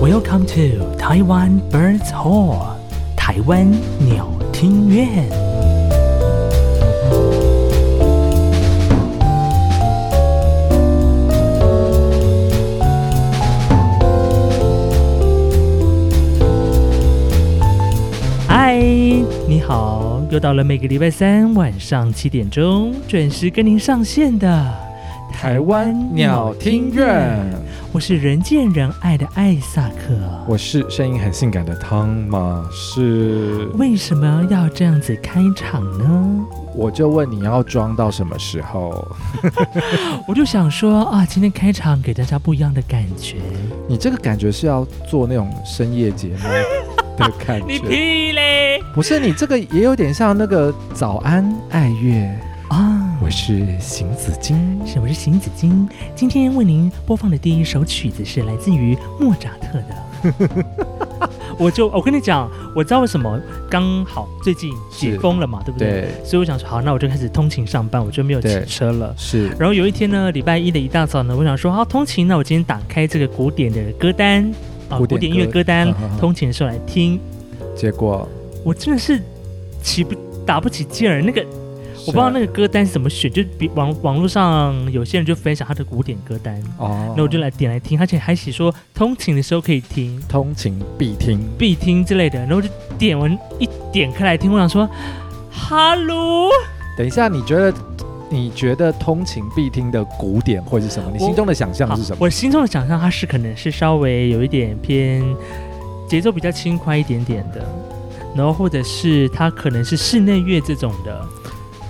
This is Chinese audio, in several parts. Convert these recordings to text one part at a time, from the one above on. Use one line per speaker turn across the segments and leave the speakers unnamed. Welcome to Taiwan Birds Hall，台湾鸟听院。嗨，你好，又到了每个礼拜三晚上七点钟准时跟您上线的
台湾鸟听院，
我是人见人爱的艾萨克。
我是声音很性感的汤马士。
为什么要这样子开场呢？
我就问你要装到什么时候？
我就想说啊，今天开场给大家不一样的感觉。
你这个感觉是要做那种深夜节目 的感觉，
屁嘞！
不是？你这个也有点像那个早安爱乐。
啊，
我是邢子金，
什么是邢子金？今天为您播放的第一首曲子是来自于莫扎特的。 我就我跟你讲，我知道为什么刚好最近解封了嘛，对不对？
对，
所以我想说，好，那我就开始通勤上班，我就没有骑
对
车了。
是
然后有一天呢，礼拜一的一大早呢，我想说，好通勤，那我今天打开这个古典的歌单啊、
古典歌
古典音乐歌单，
嗯嗯嗯
通勤的时候来听，
结果
我真的是起不打不起劲儿。那个我不知道那
个
个歌单是怎么选，就比网网络上有些人就分享他的古典歌单，
哦，
那我就来点来听，而且还写说通勤的时候可以听。
通勤必听。
必听之类的，然后我就点完一点开来听，我想说，哈喽，
等一下，你觉得你觉得通勤必听的古典会是什么？你
我
心中的想象
好
是什，么？
我心中的想象它是可能是稍微有一点偏节奏比较轻快一点点的，然后或者是它可能是室内乐这种的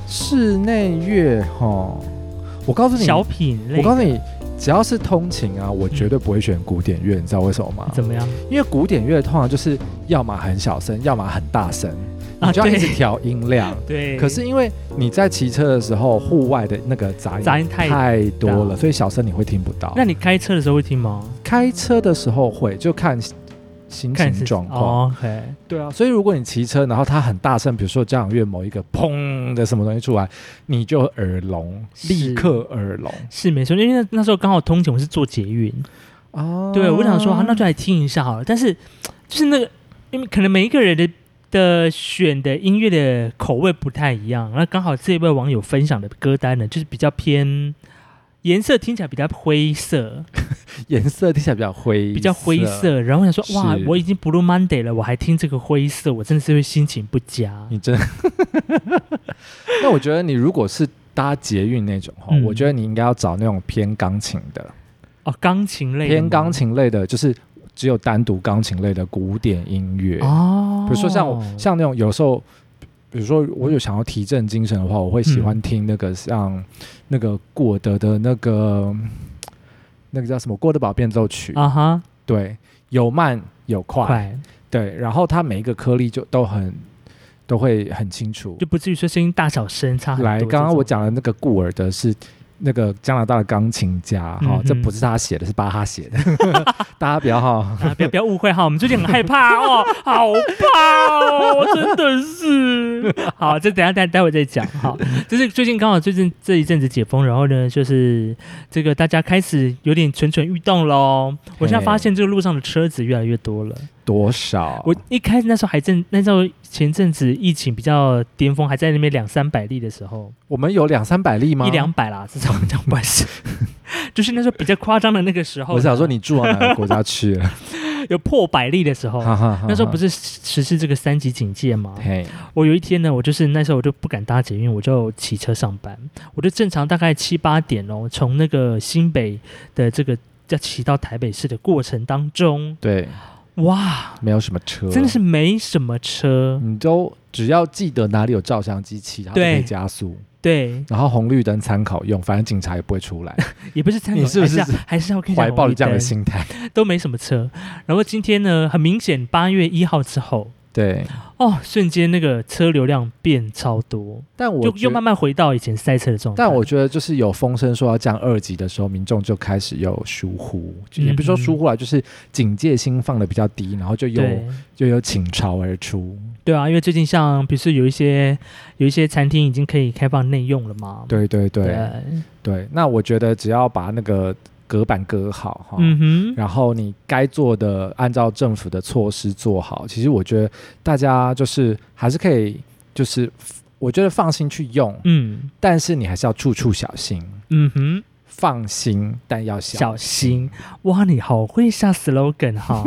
室内乐哈，我告诉你，
小品类的。
我告诉你，只要是通勤啊，我绝对不会选古典乐，你知道为什么吗？
嗯怎么样
因为古典乐通常就是要么很小声，要么很大声，
啊
你就要一直
对
调音量。
对，
可是因为你在骑车的时候，户外的那个杂音
杂音太
太多了，所以小声你会听不到。
那你开车的时候会听吗？
开车的时候会就看心
看
情
是
状况。
哦 OK，
对啊，所以如果你骑车，然后它很大声，比如说交响乐某一个砰的什么东西出来，你就耳聋，
是
立刻耳聋
是没错，因为那那时候刚好通勤，我是坐捷运，
啊
对我想说、啊，那就来听一下好了。但是就是那个，因为可能每一个人的的选的音乐的口味不太一样，那刚好这位网友分享的歌单呢，就是比较偏。颜色听起来比较灰色，
颜色听起来比较灰，
比较灰。色。然后我想说，哇
是，
我已经 Blue Monday 了，我还听这个灰色，我真的是会心情不佳。
你 真的？那我觉得你如果是搭捷运那种哈、
嗯
我觉得你应该要找那种偏钢琴的，
哦，钢琴类的吗，
偏钢琴类的，就是只有单独钢琴类的古典音乐。
哦，
比如说像我像那种有时候，比如说我有想要提振精神的话，我会喜
嗯
欢听那个像那个过德的那个那个叫什么《过德堡变奏曲》
啊哈，
对，有慢有快，
快
对，然后它每一个颗粒就都很都会很清楚
就。不至于说声音大小声差很多
来，
这种。
刚刚我讲的那个顾尔德是。那个加拿大的钢琴家，哈、
嗯哼
这不是他写的，是巴哈 写的，大家不要哈。
啊，不要不要误会哈，我们最近很害怕哦，好怕哦，真的是。好，这等一下待待会再讲哈。就是最近刚好最近这一阵子解封，然后呢，就是这个大家开始有点蠢蠢欲动喽。我现在发现这个路上的车子越来越多了。
多少？
我一开始那时候还正那时候前阵子疫情比较巅峰，还在那边两三百例的时候，
我们有两三百例吗？
一两百啦，至少这样不好意思 就是那时候比较夸张的那个时候，
我想说你住到哪个国家去了？
有破百例的时候。
哈哈哈
哦那时候不
是
是实施这个三级警戒吗？
嘿，
我有一天呢，我就是那时候我就不敢搭捷运，我就骑车上班。我就正常大概七八点哦，从那个新北的这个要骑到台北市的过程当中，
对，
哇，
没有什么车，
真的是没什么车。
你都只要记得哪里有照相机器，然后就可
对
以加速，
对，
然后红绿灯参考用，反正警察也不会 出来，
也不是参考，
你是不
还
是
要还是要跟你讲
怀抱着这样的
我一
心态，
单都没什么车。然后今天呢，很明显八月一号之后，
对。
哦，瞬间那个车流量变超多，
但我
就
觉
又慢慢回到以前塞车的状态。
但我觉得就是有风声说要降二级的时候，民众就开始又疏
嗯
忽，也不是说疏忽啊，就是警戒心放的比较低，然后就有
对。
就有倾巢而出，
对啊，因为最近像比如说有一些有一些餐厅已经可以开放内用了嘛。
对对对
对
对。那我觉得只要把那个。隔板隔好哈。
嗯哼，
哦然后你该做的，按照政府的措施做好。其实我觉得大家就是还是可以，就是我觉得放心去用，
嗯
但是你还是要处处小心。
嗯哼，
放心，但要
小心！哇，你好会下 slogan 哈。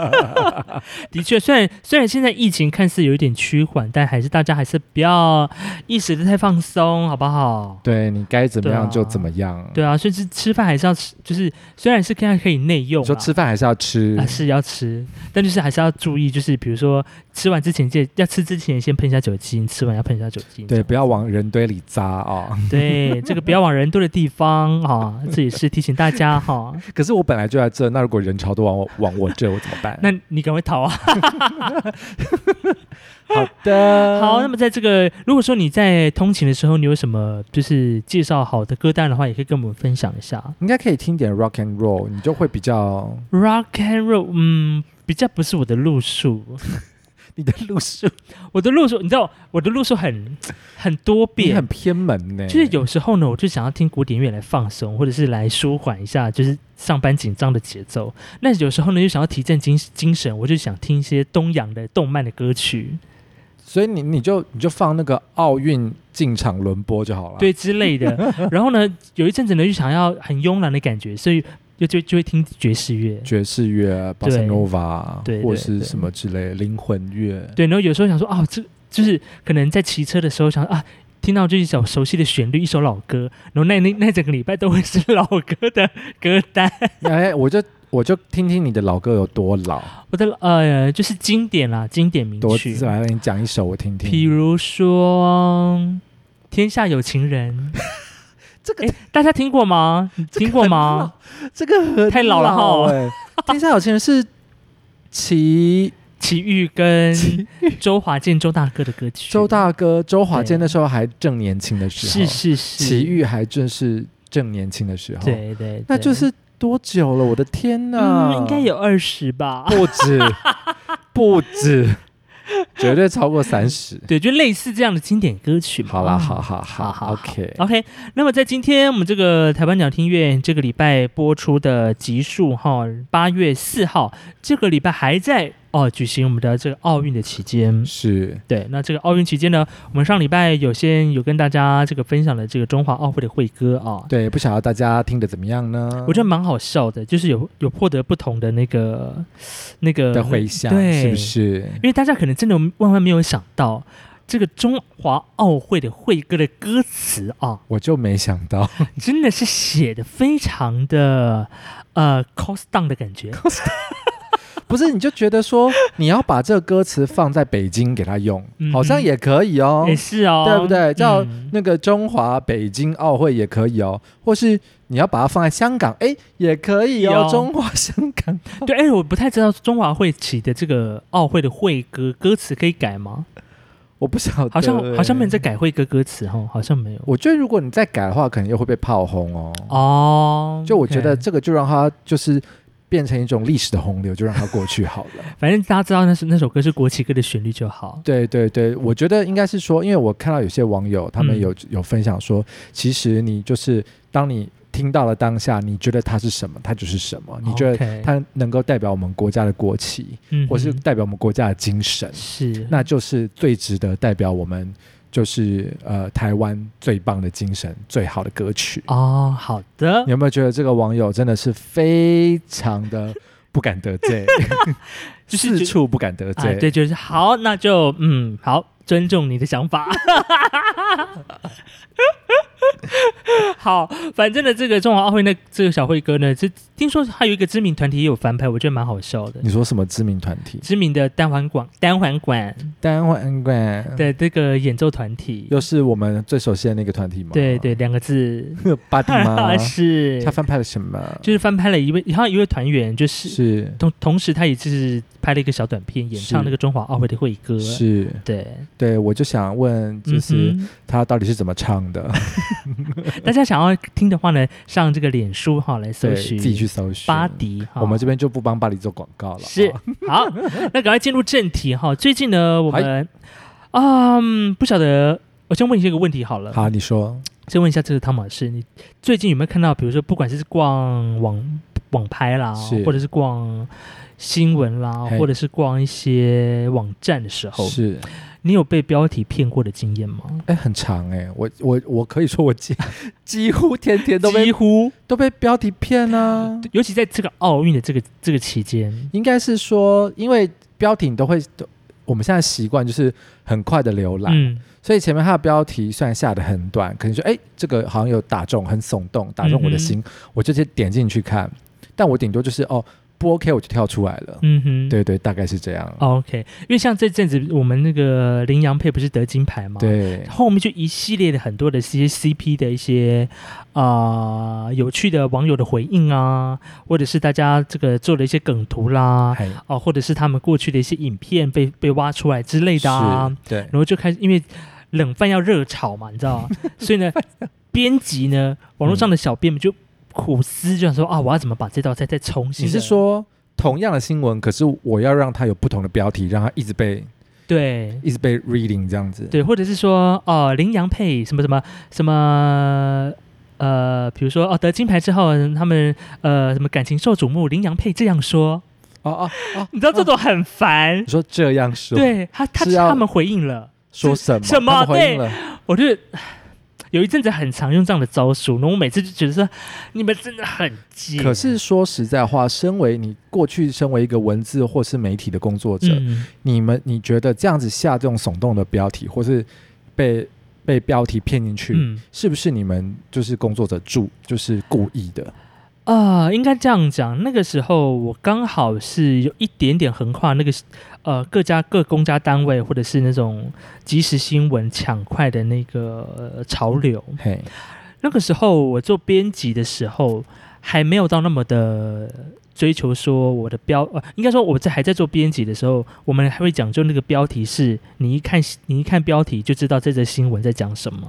的确，虽然虽然现在疫情看似有一点趋缓，但还是大家还是不要一时的太放松，好不好？
对你该怎么
对啊
样就怎么样。
对啊，甚至吃饭还是要吃，就是虽然是现在可以内用
你说
啦，
吃饭还是要吃
啊，是要吃，但就是还是要注意，就是比如说吃完之前记得要吃之前先喷一下酒精，吃完要喷一下酒精。
对，不要往人堆里扎哦。
对，这个不要往人多的地方哈，这也是提醒大家哈、
可是我本来就在这，那如果人潮都往我往我这，我怎么办？
那你赶快逃啊！
好 的，
好，那么在这个如果说你在通勤的时候，你有什么就是介绍好的歌单的话，也可以跟我们分享一下。
应该可以听点 rock and roll，你就会比较
Rock and roll，嗯，比较不是我的路数，
你的路数
我的路数，你知道我的路数很很多
你
变
很，偏门呢。
就是有时候呢，我就想要听古典乐来放松，或者是来舒缓一下，就是上班紧张的节奏。那有时候呢，又想要提振精精神，我就想听一些东洋的动漫的歌曲，
所以你你就你就放那个奥运进场轮播就好了。，
对之类 的。然后呢，有一阵子呢，就想要很慵懒的感觉，所以就就就会听爵士乐。
爵士乐、巴塞诺瓦，
对对
或是
对
什么之类的灵魂乐。
对，然后有时候想说，哦，这就是可能在骑车的时候想啊。听到这一首熟悉的旋律，一首老歌，然后那那那整个礼拜都会是 老歌的歌单。
哎，我就我就听听你的老歌有多老，
我的呃，就是经典啦，经典名
多啊
曲。
来你讲一首我听
比
听。
如说《天下有情 人》
这个
诶，大家听过吗？听过吗？
这个很
太老了哈
哎。天下有情人是 齐
齐豫跟周华健、周大哥的歌曲。
周大哥、周华健
对
那时候还正年轻的时
是
候，
是是，
齐豫还正是正年轻的时候。
对对，
那就
对
是呃多久了？我的天呐，
嗯，应该有二十吧。
不止，不止，绝对超过三 十。
对，就类似这样的经典歌曲嘛。
好啦，
啊
好好
好好
好，OK，哦
OK，那么在今天我们这个台湾鸟听院这个礼拜播出的集数哈，八月四号，这个礼拜还在哦举行我们的这个奥运的期间。
是
对，那这个奥运期间呢，我们上礼拜有先有跟大家这个分享了这个中华奥会的会歌啊，
对，啊不晓得大家听得怎么样呢？
我觉得蛮好笑的，就是有有获得不同的那个那个
的回响
对
是不是？
因为大家可能真的万万没有想到。这个中华奥会的会歌的歌词啊，
我就没想到，
真的是写的非常的呃 cost down 的感 觉，
不是你就觉得说你要把这个歌词放在北京给他用
嗯，
好像也可以哦
也、，是哦，
对不对？叫
嗯
那个中华北京奥会也可以哦，或是你要把它放在香港，哎，也可以
可以哦
哦，中华香港。
对，哎，我不太知道中华会起的这个奥会的会歌歌词可以改吗？
我不晓得，
好像好像没
没
有在改会歌歌词哈，好像没有。
我觉得如果你再改的话，可能又会被炮轰哦。
哦，
就我觉得
OK
这个就让它就是变成一种历史的洪流，就让它过去好 了。
反正大家知道那是那首歌是国旗歌的旋律就好。
对对对，我觉得应该是说，因为我看到有些网友他们
嗯
有、有分享说，其实你就是当你听到了当下，你觉得它是什么，它就是什么，你觉得
OK，
它能够代表我们国家的国旗，
嗯哼
或是代表我们国家的精神，
是
那就是最值得代表我们。就是呃，台湾最棒的精神，最好的歌曲。
哦，好的
你，有没有觉得这个网友真的是非常的不敢得罪，
就是觉得
四处不敢得罪？
啊，对，就是好，那就嗯，好，尊重你的想法。 好，反正呢，这个中华奥会那这个小会歌呢，这听说还有一个知名团体也有翻拍，我觉得蛮好笑的。
你说什么知名团体？
知名的单簧管单簧管
单环管，
的这个演奏团体，
又是我们最熟悉的那个团体吗？
对对，两个字， 啊
巴蒂 吗？
是
他翻拍了什么？
就是翻拍了一位，好像一位团员，就是
是
同同时他也是拍了一个小短片，演唱
是
那个中华奥会的会歌。
是，
对，
对，我就想问，就是呃
嗯
他到底是怎么唱的？
哼大家想要听的话呢，上这个脸书哈来 搜
对，
寻
自己去搜寻。
巴，迪哈。
我们这边就不帮巴黎做广告了。
是
哦
好，那赶快进入正题哈。最近呢，我们啊、嗯不晓得，我先问你这个问题好了。
好，你说
先问一下这个汤马士，你最近有没有看到，比如说不管是逛网网拍啦
是，
或者是逛新闻啦，
嘿
或者是逛一些网站的时候，
是，
你有被标题骗过的经验吗？
哎、很长哎、我我我可以说我几 几乎天天都
几
被
乎，
都被标题骗啊，
尤其在这个奥运的这个这个期间，
应该是说，因为标题你都会，都我们现在习惯就是很快的浏览，
嗯，
所以前面它的标题虽然下的很短，可能说哎、这个好像有打中，很耸动，打中我的心，我就直接点进去看，但我顶多就是哦不 OK 我就跳出来了，
嗯哼，
对对，大概是这样，
，OK，因为像这阵子我们那个林洋配不是得金牌吗？。
对，
后面就一系列的很多的一些 CP 的一些啊、呃有趣的网友的回应啊，或者是大家这个做的一些梗图啦，
嘿
哦、或者是他们过去的一些影片被被挖出来之类的啊，
是对
然，后就开始因为冷饭要热炒嘛，你知 道吗？所以呢，编辑呢，网络上的小编们就苦思，就想说啊，我要怎么把这道菜再重新
你
的？
是说？同样的新闻，可是我要让它有不同的标题，让它一直被
对？
一直被 reading 这样子。
对，或者是说哦，羚羊配什么什么什么。呃，比如说哦，得金牌之后，他们呃什么感情受瞩目，羚羊配这样说，
哦哦哦，
你知道这种很烦。
你说这样说，
对他，他
是啊要
他们回应了，
说什么？
什么
他们回应了，
我就有一阵子很常用这样的招数，然后我每次就觉得说你们真的很贱。
可是说实在话，身为你过去身为一个文字或是媒体的工作者，
嗯，
你们你觉得这样子下这种耸动的标题，或是被被标题骗进去，
嗯
是不是你们就是工作者注就是故意的？
啊、应该这样讲。那个时候我刚好是有一点点横跨那个呃各家各公家单位或者是那种即时新闻抢快的那个、呃潮流。
嘿，
那个时候我做编辑的时候，还没有到那么的追求说我的标呃，应该说我在还在做编辑的时候，我们还会讲究那个标题是你一看你一看标题就知道这则新闻在讲什么。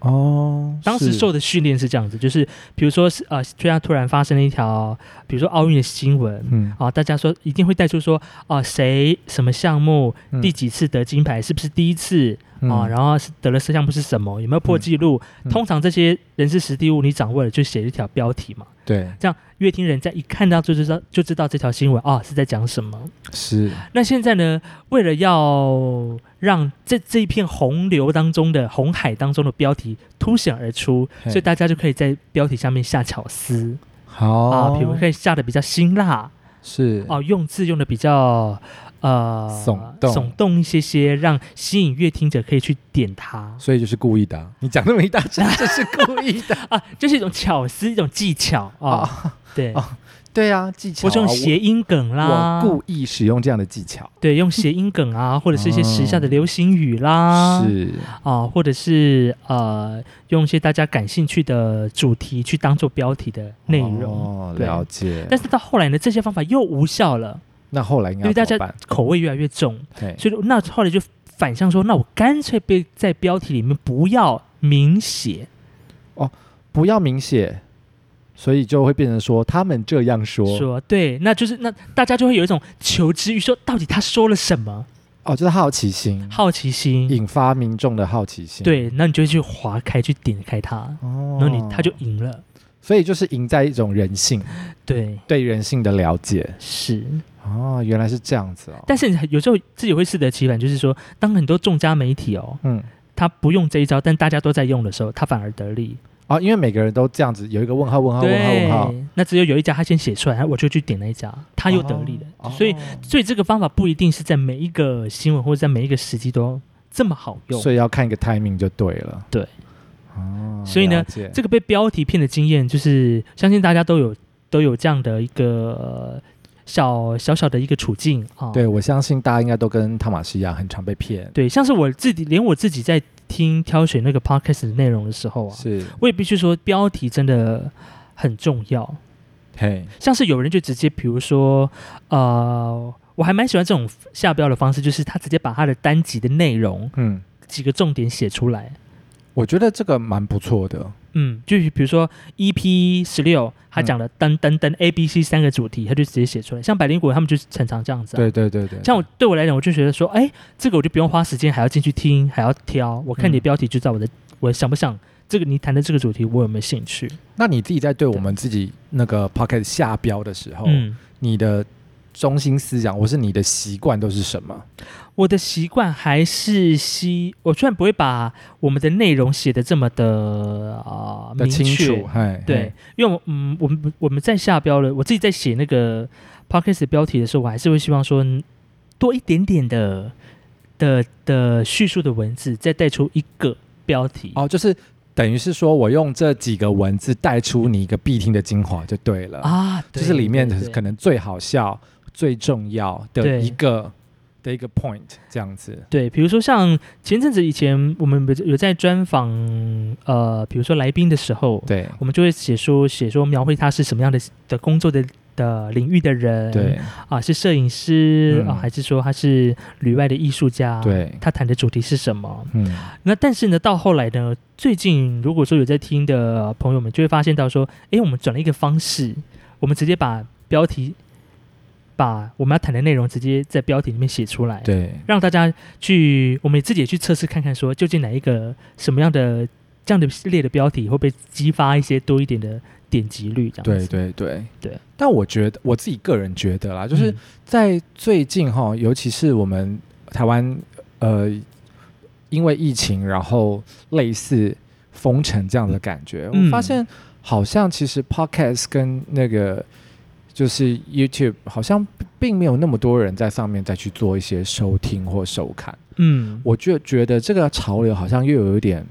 哦，
当时
是
受的训练是这样子，就是比如说是呃，突然突然发生了一条，比如说奥运的新闻。
嗯
啊，大家说一定会带出说，啊，谁什么项目
嗯
第几次得金牌，是不是第一次啊？
后
然后是得了这项目是什么，有没有破纪录？
嗯
通常这些人事实地物你掌握了，就写一条标题嘛，
对
这样乐听人家一看到就知道就知道这条新闻啊是在讲什么。
是
那现在呢，为了要让这这一片洪流当中的红海当中的标题凸显而出，
嘿
所以大家就可以在标题下面下巧思、
好
啊，比如可以下的比较辛辣
是
哦、用字用的比较呃
耸动
耸动一些些，让吸引乐听者可以去点它
所以就是故意的啊、你讲那么一大 声，这是故意的。
啊，这是一种巧思，一种技巧啊，对。
哦对啊，技巧、
或
啊，
是用谐音梗
我
啦，
我故意使用这样的技巧。
对，用谐音梗啊，或者是一些时下的流行语啦，
嗯是，
啊，或者是呃，用一些大家感兴趣的主题去当做标题的内容。
哦，
对
了解。
但是到后来呢，这些方法又无效了，
那后来应
因
该
为大
要怎
家
么办？
口味越来越重，
对，
所以那后来就反向说，那我干脆被在标题里面不要明写，
不要明写，所以就会变成说他们这样说，
说对，那就是那大家就会有一种求知欲，说到底他说了什么，
哦，就是好奇心，
好奇心，
引发民众的好奇心。，
对，那你就会去划开，去点开它，
哦
然后你他就，赢了，
所以就是赢在一种人性，
对，
对人性的了解。
是。
哦，原来是这样子哦。
但是有时候自己会适得其反，就是说，当很多众家媒体哦，
嗯，
他不用这一招，但大家都在用的时候，他反而得利。
哦，因为每个人都这样子，有一个问号，啊问号，问号，问号，
对，那只有有一家他先写出来，我就去点那一家，他又得利了。
哦
所以
哦，
所以这个方法不一定是在每一个新闻或者在每一个时机都这么好用。
所以要看一个 timing 就对了。
对，
哦，
所以呢
了解，
这个被标题骗的经验，就是相信大家都有都有这样的一个呃小小小的一个处境啊。
对我相信大家应该都跟汤马斯一样，很常被骗。
对，像是我自己，连我自己在听挑选那个 podcast 的内容的时候啊，
是，
我也必须说，标题真的很重要。
嘿，
像是有人就直接，比如说，呃，我还蛮喜欢这种下标的方式，就是他直接把他的单集的内容
嗯，
几个重点写出来。
我觉得这个蛮不错的。
嗯，就是比如说 EP 十六，他讲了噔噔噔 A、B、C 三个主题，他就直接写出来。像百灵果他们就是常常这样子、啊。，
对对对对，
像我对我来讲，我就觉得说，哎，这个我就不用花时间，还要进去听，还要挑。我看你的
嗯
标题就知道我的，我想不想这个你谈的这个主题，我有没有兴趣？
那你自己在对我们自己那个 p o c k e t 下标的时候，
嗯，
你的中心思想或是你的习惯都是什么？
我的习惯还是希，我虽然不会把我们的内容写的这么的啊、
的
明
清
确
楚，，嗨，
对，因为我嗯，我们我们在下标了，我自己在写那个 podcast 的标题的时候，我还是会希望说嗯多一点点的的的叙述的文字，再带出一个标题。
哦，就是等于是说我用这几个文字带出你一个必听的精华就对了，
啊，
就
对
是里面
对
的
对
可能最好笑、最重要的
对
一个的一个 point 这样子。
对，比如说像前阵子以前我们有有在专访呃，比如说来宾的时候，
对
我们就会写说写说描绘他是什么样的的工作的的领域的人，
对
啊，是摄影师、
嗯
啊，还是说他是旅外的艺术家？，
对，
他谈的主题是什么？
嗯，
那但是呢，到后来呢，最近如果说有在听的朋友们，就会发现到说，诶，我们转了一个方式，我们直接把标题，把我们要谈的内容直接在标题里面写出来，
对
让大家去，我们自己也去测试看看，说究竟哪一个什么样的这样的系列的标题会不会激发一些多一点的点击率，这样
对
子。
对对
对。
但我觉得我自己个人觉得啦，就是
嗯
在最近哈，尤其是我们台湾呃，因为疫情，然后类似封城这样的感觉，
嗯
我发现好像其实 podcast 跟那个就是 YouTube 好像并没有那么多人在上面再去做一些收听或收看。
嗯，
我就觉得这个潮流好像又有一点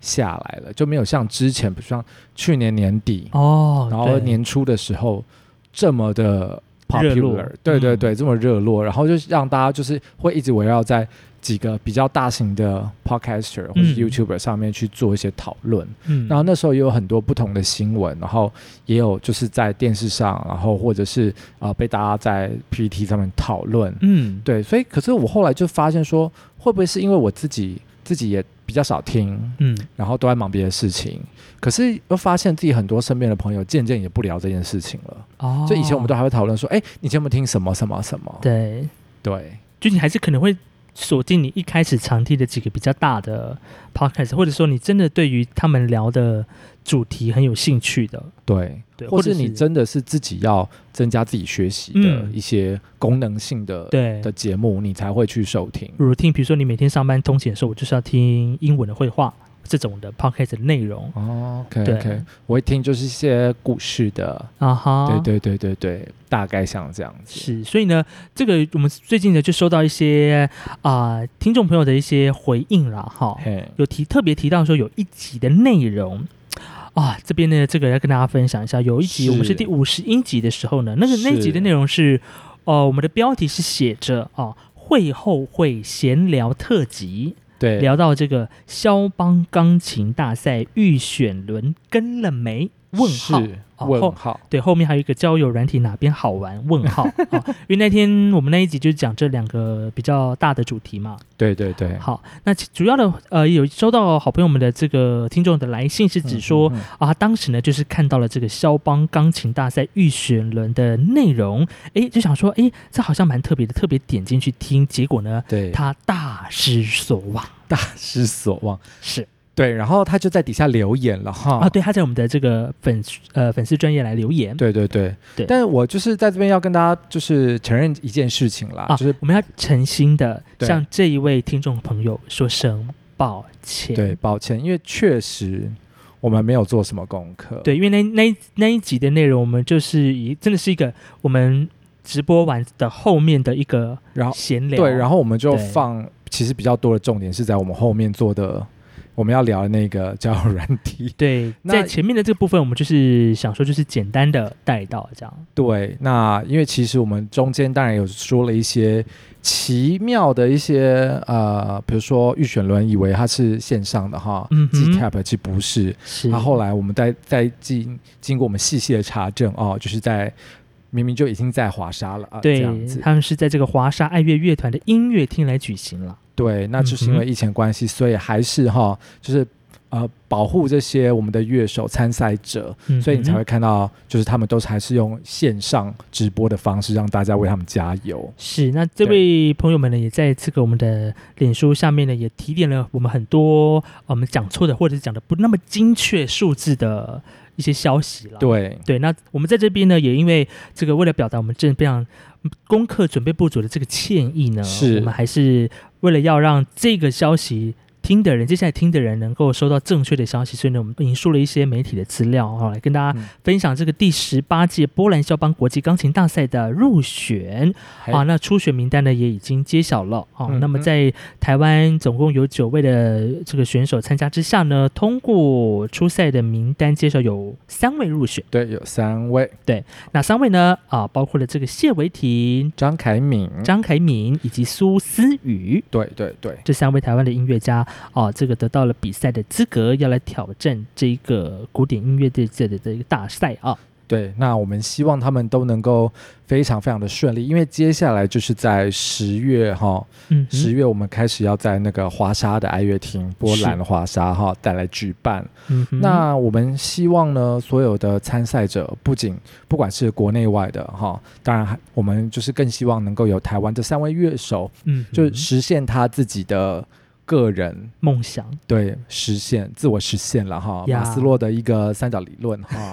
下来了，就没有像之前，比如像去年年底，
哦，
然后
对
年初的时候这么的
热络嗯
popular，对对对，这么热络，然后就让大家就是会一直围绕在几个比较大型的 podcaster 或
嗯
是 YouTuber 上面去做一些讨论。
嗯，
然后那时候也有很多不同的新闻，然后也有就是在电视上，然后或者是啊、呃被大家在 PPT 上面讨论。
嗯，
对，所以可是我后来就发现说，会不会是因为我自己自己也比较少听，
嗯，
然后都在忙别的事情，可是又发现自己很多身边的朋友渐渐也不聊这件事情了。
哦，
所以以前我们都还会讨论说，哎、你以前有没有听什么什么什么？
对，
对
就你还是可能会锁定你一开始常听的几个比较大的 podcast，或者说你真的对于他们聊的主题很有兴趣的，
对
对，
或
或者
者你
是
真的是自己要增加自己学习的
嗯
一些功能性的、
对
的节目，你才会去收听。
routine，比如说你每天上班通勤的时候，我就是要听英文的绘画这种的 podcast 的内容
哦，OK
嗯对
OK，我会听就是一些故事的，
啊哈，对。
对对对对对，大概像这样子。
是，所以呢，这个我们最近呢就收到一些啊、听众朋友的一些回应啦，哈，
嘿，
有提特别提到说有一集的内容啊，这边呢这个要跟大家分享一下，有一集
是
我们是第五十一集的时候呢，那个
是
那一集的内容是哦、呃我们的标题是写着哦、会后会闲聊特辑，
对，
聊到这个肖邦钢琴大赛预选轮跟了没？问号。
是
哦后
问号，
对，后面还有一个交友软体哪边好玩？问 号啊、哦因为那天我们那一集就讲这两个比较大的主题嘛，
对对对，
好，那其主要的呃，有收到好朋友们的这个听众的来信，是指说、
嗯嗯嗯
啊，当时呢就是看到了这个肖邦钢琴大赛预选轮的内容，诶，就想说，诶，这好像蛮特别的，特别点进去听，结果呢，
对
他大失所望，
大 失所望。
是
对，然后他就在底下留言了哈。
啊，对，他在我们的这个粉丝呃粉丝专业来留言，
对对对
对
但我就是在这边要跟大家就是承认一件事情啦，
啊，
就是
我们要诚心的
对
向这一位听众朋友说声抱歉，
对，抱歉，因为确实我们没有做什么功课。
对，因为那那一那一集的内容，我们就是以真的是一个我们直播完的后面的一个
然后
闲聊，
对，然
后
后我们就
对
放，其实比较多的重点是在我们后面做的，我们要聊的 那个交友软体。
对，
那
在前面的这个部分，我们就是想说，就是简单的带到这样，
对，那因为其实我们中间当然有说了一些奇妙的一些呃，比如说预选轮以为它是线上的哈，
嗯
记
哼
tap 其实不是，
是，
那、后来我们再再经经过我们细细的查证哦，就是在明明就已经在华沙了啊，这
对
样子，
他们是在这个华沙爱乐乐团的音乐厅来举行了，嗯
对，那就是因为疫情关系，所以还是哈、就是呃保护这些我们的乐手参赛者，
嗯
所以你才
哼
会看到，就是他们都是还是用线上直播的方式让大家为他们加油。
是，那这
对
位朋友们呢，也在这个我们的脸书下面呢，也提点了我们很多呃我们讲错的或者是讲的不那么精确数字的一些消息了。
对，
对，那我们在这边呢，也因为这个为了表达我们真的非常功课准备不足的这个歉意呢，
是
我们还是为了要让这个消息。听的人，接下来听的人能够收到正确的消息，所以呢，我们引述了一些媒体的资料哦，来跟大家
嗯
分享这个第十八届波兰肖邦国际钢琴大赛的入选。
还
啊，那初选名单呢也已经揭晓了啊。
哎嗯
那么
嗯
在台湾总共有九位的这个选手参加之下呢，通过初赛的名单介绍有三位入选，
对，有三位：
哪三位呢？啊，包括了这个谢维廷、
张凯敏，
张凯敏以及苏思雨。
对对对，
这三位台湾的音乐家啊，这个得到了比赛的资格，要来挑战这个古典音乐这这的这个大赛啊。
对，那我们希望他们都能够非常非常的顺利，因为接下来就是在十月哈，
嗯哼，
十月我们开始要在那个华沙的爱乐厅，波兰的华沙哈带来举办。
嗯哼
那我们希望呢，所有的参赛者不仅不管是国内外的哈，当然还我们就是更希望能够有台湾这三位乐手，
嗯哼，
就实现他自己的个人
梦想，
对，实现自我实现了哈，
呀
马斯洛的一个三角理论 哈，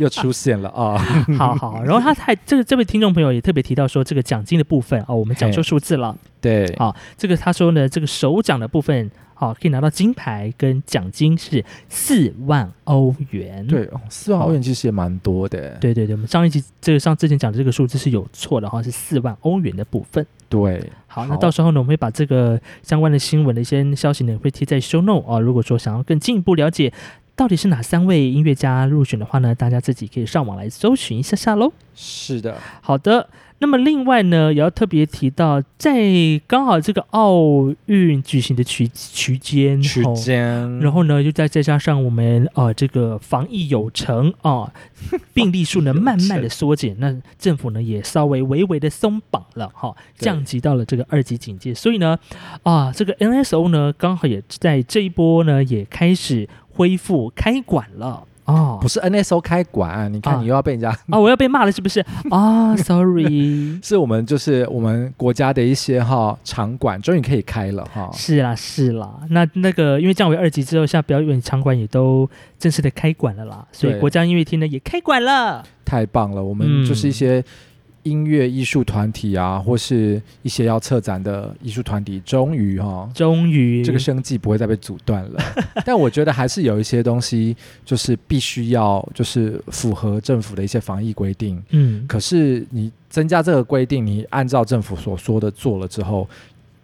又出现了啊，
好好，然后他还这个这位听众朋友也特别提到说，这个奖金的部分啊、我们讲
嘿
说数字了。
对，
好这个他说呢，这个首奖的部分啊、可以拿到金牌跟奖金是四万欧元。
对，哦四万欧元其实也蛮多的，
对对对，我们上一集这个上之前讲的这个数字是有错的哈，是四万欧元的部分。
对，
好，
好
那到时候呢，我们会把这个相关的新闻的一些消息呢，会贴在 show note 啊、如果说想要更进一步了解到底是哪三位音乐家入选的话呢，大家自己可以上网来搜寻一下下喽。
是的，
好的，那么另外呢，也要特别提到，在刚好这个奥运举行的期期间，
区
哦
间，
然后呢，又再再加上我们呃这个防疫有成 啊、病例数呢慢慢的缩减，那政府呢也稍微微微的松绑了哈、
对
降级到了这个二级警戒，所以呢啊这个 NSO 呢刚好也在这一波呢也开始恢复开馆了哦
不。是 NSO 开馆，你看
啊
你又要被人家，
啊、我要被骂了是不是？啊、s o r r y
是我们就是我们国家的一些哈场馆终于可以开了哈，
是啦，是啦。那那个，因为降为二级之后，现在表演场馆也都正式的开馆了啦，所以
对
国家音乐厅呢也开馆了。
太棒了，我们就是一
嗯
些。音乐艺术团体啊，或是一些要策展的艺术团体，终于哈、
终于，
这个生计不会再被阻断 了。但我觉得还是有一些东西，就是必须要就是符合政府的一些防疫规定。
嗯，
可是你增加这个规定，你按照政府所说的做了之后，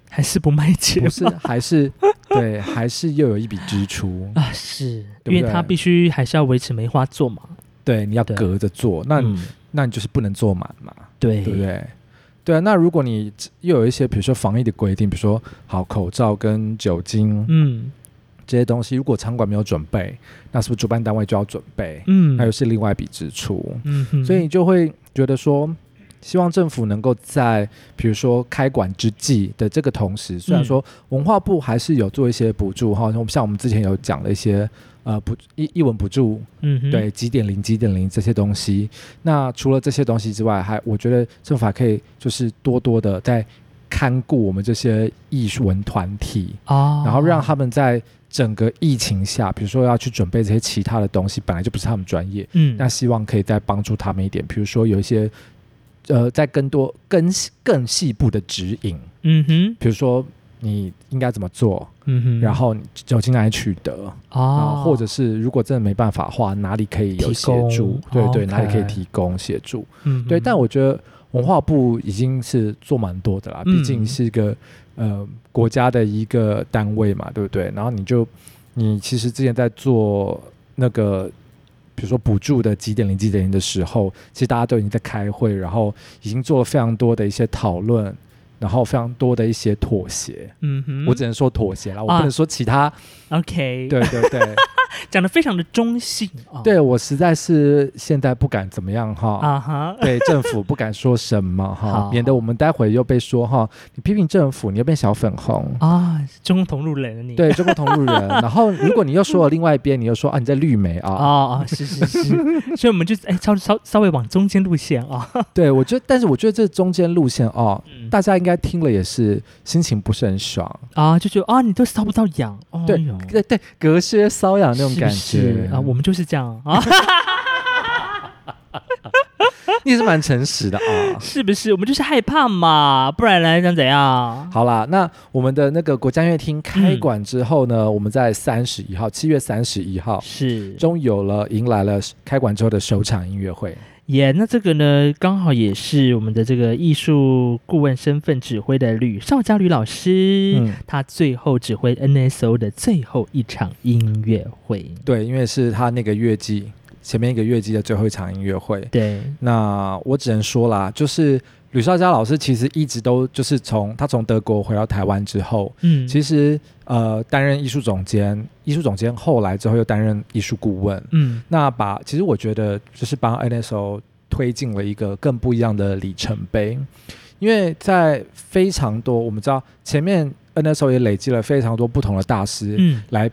还是不卖钱
不是还是对，还是又有一笔 支出。
啊，是
对不对
因为他必须还是要维持梅花座嘛。
对，你要
对
隔着做，那你、
嗯
那你就是不能做满嘛，
对
对不对？对啊，那如果你又有一些，比如说防疫的规定，比如说好口罩跟酒精、
嗯
这些东西，如果场馆没有准备，那是不是主办单位就要准备？
嗯，
还有是另外一笔支出，
嗯哼，
所以你就会觉得说，希望政府能够在比如说开馆之际的这个同时，虽然说
嗯
文化部还是有做一些补助哈，像我们之前有讲了一些呃补一一文补助，
嗯哼，
对几点零几点零这些东西。那除了这些东西之外，还我觉得政府还可以就是多多的在看顾我们这些艺术文团体，
啊，
然后让他们在整个疫情下，比如说要去准备这些其他的东西，本来就不是他们专业。
嗯
那希望可以再帮助他们一点，比如说有一些呃，在更多更细更细部的指引，
嗯哼
比如说你应该怎么做，
嗯哼，
然后你酒精哪里取得，然
啊，
后或者是如果真的没办法的话，哪里可以有
提
协助
供？哦
对对，
OK
哪里可以提供协助？
嗯哼
对，但我觉得文化部已经是做蛮多的啦，
嗯
毕竟是一个呃国家的一个单位嘛，对不对？然后你就你其实之前在做那个。比如说补助的几点零几点零的时候，其实大家都已经在开会，然后已经做了非常多的一些讨论，然后非常多的一些妥协。
嗯哼，
我只能说妥协啦，我
啊
不能说其他。
OK
对对对，
讲的非常的中性啊。
对我实在是现在不敢怎么样哈。
啊 哈，
对政府不敢说什么哈
好，
免得我们待会又被说哈，你批评政府，你又变小粉红。
啊，中共同路人了你。
对中国同路 人，然后如果你又说了另外一边，你又说啊你在绿媒啊，
哦哦，是 是是，所以我们就哎稍稍稍微往中间路线啊。
对我觉得，但是我觉得这中间路线哦，
嗯
大家应该听了也是心情不是很爽，
啊，就觉得啊，你都搔不到痒，哦
对
哟
对对，隔靴搔痒那种
是不
感
是
觉
啊，我们就是这样啊，
你也是蛮诚实 的啊。
是不是？我们就是害怕嘛，不然来想怎样？
好啦，那我们的那个国家音乐厅开馆之后呢，我们在三十一号，七月三十一号，
嗯是
终于有了迎来了开馆之后的首场音乐会。
耶那这个呢，刚好也是我们的这个艺术顾问身份指挥的吕邵佳吕老师，
嗯，
他最后指挥 NSO 的最后一场音乐会。
对，因为是他那个月季前面一个月季的最后一场音乐会。
对，
那我只能说啦，就是吕少佳老师其实一直都就是从他从德国回到台湾之后，
嗯，
其实呃担任艺术总监，艺术总监后来之后又担任艺术顾问，
嗯
那把其实我觉得就是帮 NSO 推进了一个更不一样的里程碑，因为在非常多我们知道前面 NSO 也累积了非常多不同的大师
嗯
来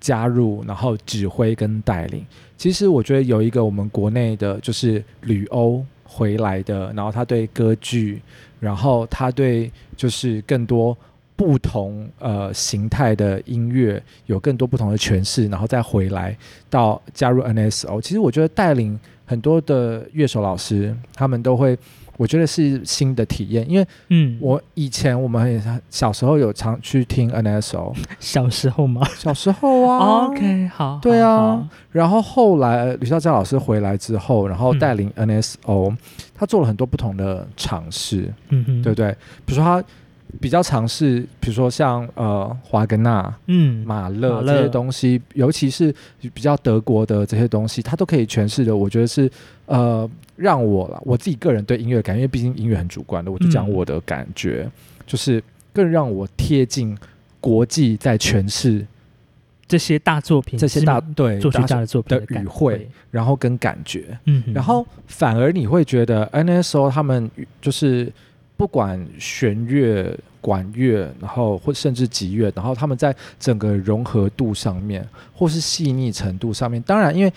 加入，然后指挥跟带领。其实我觉得有一个我们国内的就是旅欧回来的，然后他对歌剧，然后他对就是更多。不同呃形态的音乐有更多不同的诠释，然后再回来到加入 NSO，其实我觉得带领很多的乐手老师，他们都会，我觉得是新的体验。因为
嗯，
我以前我们也小时候有常去听 NSO，
小时候嘛。
小时候啊
哦 OK，好，
对
好
啊，然后后来呃吕孝佳老师回来之后，然
嗯
后带领 NSO，、他做了很多不同的尝试，
好嗯哼，
对不对？比如说他比较尝试，比如说像呃华格纳，
嗯，
马勒
马
这
勒
些东西，尤其是比较德国的这些东西，它都可以诠释的。我觉得是呃，让我啦，我自己个人对音乐感，因为毕竟音乐很主观的，我就讲
嗯
我的感觉，就是更让我贴近国际在诠释
这些大作品，
这些大对
作曲
大
家的作品
的
感
语汇，然后跟感觉，
嗯哼，
然后反而你会觉得 NSO 他们就是不管弦乐、管乐，然后或甚至吉乐，然后他们在整个融合度上面，或是细腻程度上面，当然因为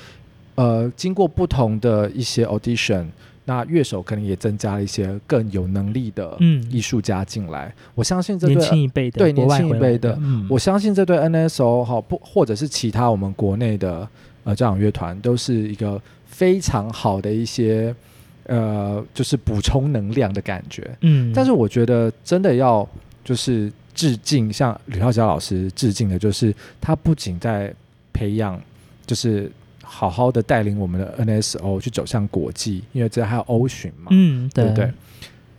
呃经过不同的一些 audition，那乐手可能也增加了一些更有能力的
嗯，
艺术家进来，我相信这
年
对
轻一辈的，
对
国外
年轻一
回来
辈的
嗯，
我相信这对 NSO 哈不，或者是其他我们国内的呃交响乐团，都是一个非常好的一些呃，就是补充能量的感觉。
嗯，
但是我觉得真的要就是致敬，向吕浩佳老师致敬的，就是他不仅在培养，就是好好的带领我们的 NSO 去走向国际，因为这还有欧巡嘛，
嗯，
对不
对
对？，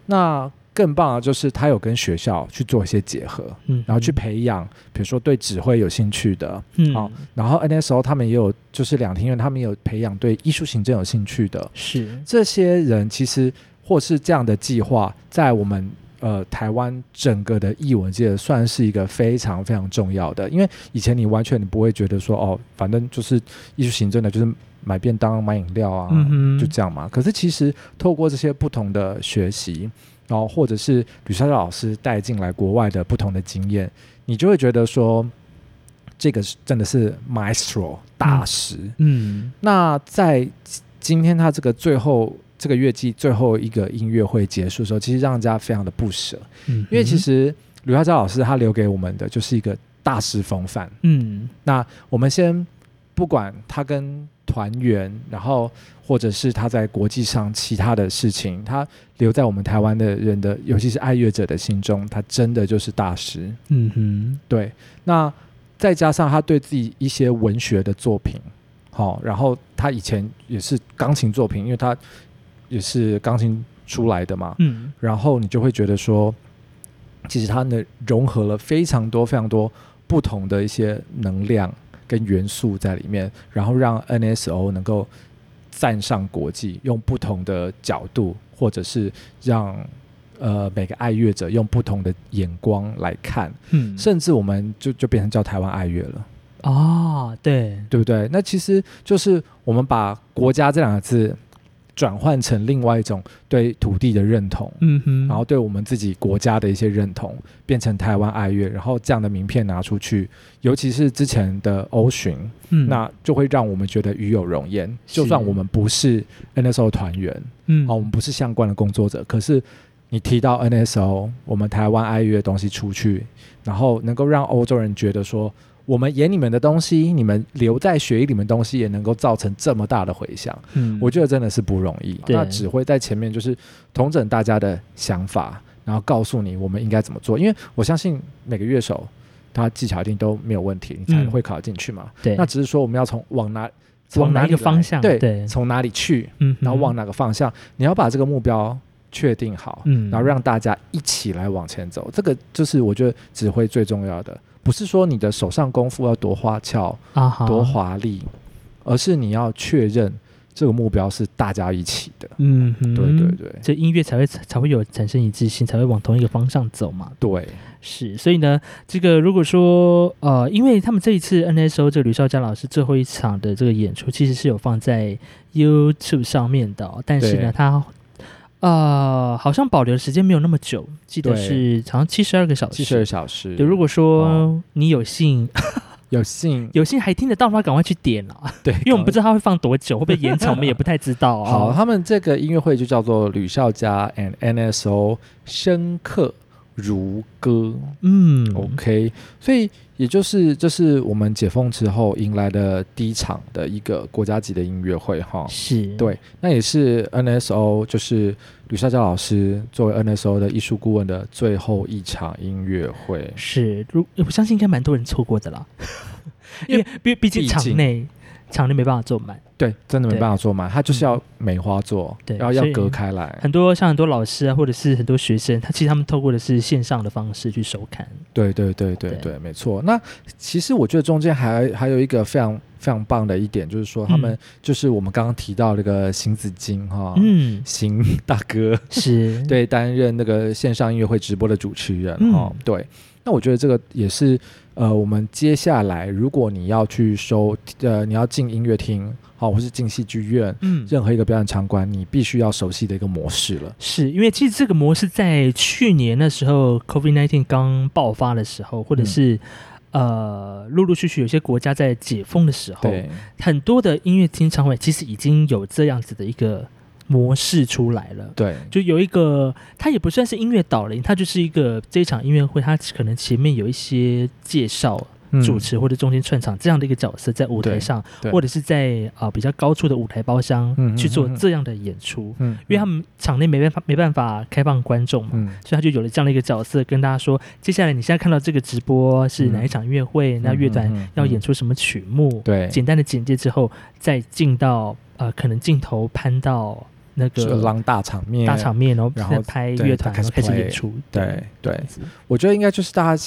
那更棒的就是他有跟学校去做一些结合，
嗯，
然后去啊培养，比如说对指挥有兴趣的，
嗯，
好然后 NSO 他们也有，就是两厅院他们也有培养对艺术行政有兴趣的
是，
这些人，其实或是这样的计划，在我们呃台湾整个的艺文界算是一个非常非常重要的，因为以前你完全你不会觉得说哦，反正就是艺术行政的，就是买便当、买饮料啊，
嗯哼，
就这样嘛。可是其实透过这些不同的学习，然后或者是吕莎莎老师带进来国外的不同的经验，你就会觉得说，这个是真的是 maestro 大师。
嗯，
那在今天他这个最后这个月季最后一个音乐会结束的时候，其实让人家非常的不舍，
嗯，
因为其实吕莎莎老师他留给我们的就是一个大师风范。
嗯，
那我们先不管他跟团员，然后或者是他在国际上其他的事情，他留在我们台湾的人的，尤其是爱乐者的心中，他真的就是大师。
嗯哼，
对，那再加上他对自己一些文学的作品，好、然后他以前也是钢琴作品，因为他也是钢琴出来的嘛，
嗯，
然后你就会觉得说，其实它呢融合了非常多非常多不同的一些能量跟元素在里面，然后让 NSO 能够站上国际，用不同的角度，或者是让呃每个爱乐者用不同的眼光来看，
嗯，
甚至我们就就变成叫台湾爱乐了。
哦，对，
对不对？那其实就是我们把“国家”这两个字转换成另外一种对土地的认同，
嗯哼，
然后对我们自己国家的一些认同，变成台湾爱乐，然后这样的名片拿出去，尤其是之前的欧巡，
嗯
那就会让我们觉得与有荣焉。
是
就算我们不是 NSO 团员，
嗯
哦，我们不是相关的工作者，可是你提到 NSO，我们台湾爱乐的东西出去，然后能够让欧洲人觉得说，我们演你们的东西，你们留在血液里面的东西，也能够造成这么大的回响，
嗯
我觉得真的是不容易。
对
那只会在前面就是统整大家的想法，然后告诉你我们应该怎么做，因为我相信每个乐手他技巧一定都没有问题，你才
嗯
会考进去嘛。
对，
那只是说我们要从往哪
往
从
哪一个
里来
方向
对
对
从哪里去，
嗯哼，
然后往哪个方向，你要把这个目标确定好，
嗯
然后让大家一起来往前走。这个就是我觉得指挥最重要的，不是说你的手上功夫要多花俏、
啊哈
多华丽，而是你要确认这个目标是大家一起的。
嗯哼，
对对对
这音乐才会才会有产生一致性，才会往同一个方向走嘛。
对，
是，所以呢，这个如果说呃，因为他们这一次 NSO 这个吕少佳老师最后一场的这个演出，其实是有放在 YouTube 上面的哦、但是
对
呢，他呃好像保留的时间没有那么久，记得
对
是好像七十二个小时。
七十二小时。
对，如果说
哦
你有幸
有幸
有幸还听得到的话，赶快去点 啊，
对，
因为我们不知道他会放多久，会不会延长，我们也不太知道啊、
好，，他们这个音乐会就叫做吕孝佳 and NSO 深刻如歌。
嗯
OK，所以也就是这是我们解封之后迎来的第一场的一个国家级的音乐会哈。
是，
对，那也是 NSO，就是吕少佳老师作为 NSO 的艺术顾问的最后一场音乐会。
是，如我相信应该蛮多人错过的 啦，因为毕毕竟
毕
场
竟
内场内没办法坐满，
对，真的没
对
办法做满，他就是要梅花座，
对
然后要
所以
隔开来。
很多像很多老师啊，或者是很多学生，他其实他们透过的是线上的方式去收看，
对对对对
对
对，没错。那其实我觉得中间还还有一个非常非常棒的一点，就是说他们
嗯
就是我们刚刚提到那个邢子金哈，
嗯，
邢大哥，
是，
对，担任那个线上音乐会直播的主持人
嗯
哦。对，那我觉得这个也是呃，我们接下来如果你要去收呃，你要进音乐厅，好、或是进戏剧院，
嗯。
任何一个表演场馆，你必须要熟悉的一个模式了。
是因为其实这个模式在去年那时候 COVID-19 刚爆发的时候，或者
嗯
是、呃陆陆续续有些国家在解封的时候，
对，
很多的音乐厅场馆其实已经有这样子的一个模式出来了。
对，
就有一个，它也不算是音乐导聆，它就是一个这一场音乐会，它可能前面有一些介绍、
嗯
主持或者中间串场这样的一个角色在舞台
对
上，
对
或者是在啊、呃比较高处的舞台包厢、
嗯嗯
去做
嗯嗯
这样的演出，
嗯，
因为他们场内没办法没办法开放观众嘛。
嗯。
所以他就有了这样的一个角色，跟大家说，接下来你现在看到这个直播是哪一场音乐会，那乐团
嗯嗯
要
嗯
演出什么曲目，
对
简单的简介之后，再进到呃，可能镜头攀到那
就
个
浪大场面，
呃大场面，然后
然后
再拍
对
乐团，
再
然
开
后
始
开始
play
演出。
对
这
对
样，子
我觉得应该就是大家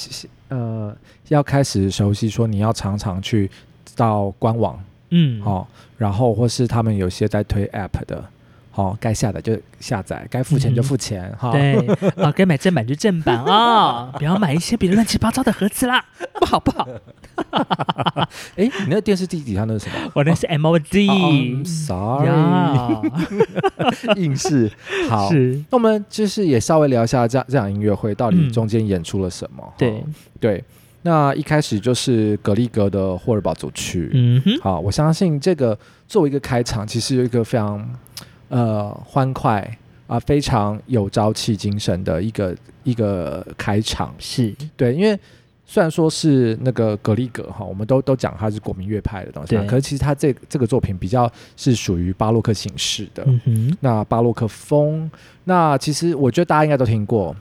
呃要开始熟悉，说你要常常去到官网
嗯，
哦，然后或是他们有些在推 App 的，哦，该下载就下载，该付钱就付钱哈。
嗯对啊，该买正版就正版啊， 不要买一些别的乱七八糟的盒子啦， 不好不好。
哎，你那个电视机底下那是 什么？哦嗯
我那是 MOD，
Sorry，
呀，
硬是好。
是，
那我们就是也稍微聊一下这样这场音乐会到底
嗯
中间演出了什么。哈
对，
对，那一开始就是格力格的霍尔堡组曲，
嗯哼，
好，我相信这个作为一个开场，其实有一个非常呃欢快啊、非常有朝气精神的一个一个开场。
是，
对，因为虽然说是那个格力格哈，我们都都讲它是国民乐派的东西嘛，
对
可是其实它这这个作品比较是属于巴洛克形式的，
嗯哼，
那巴洛克风，那其实我觉得大家应该都听过。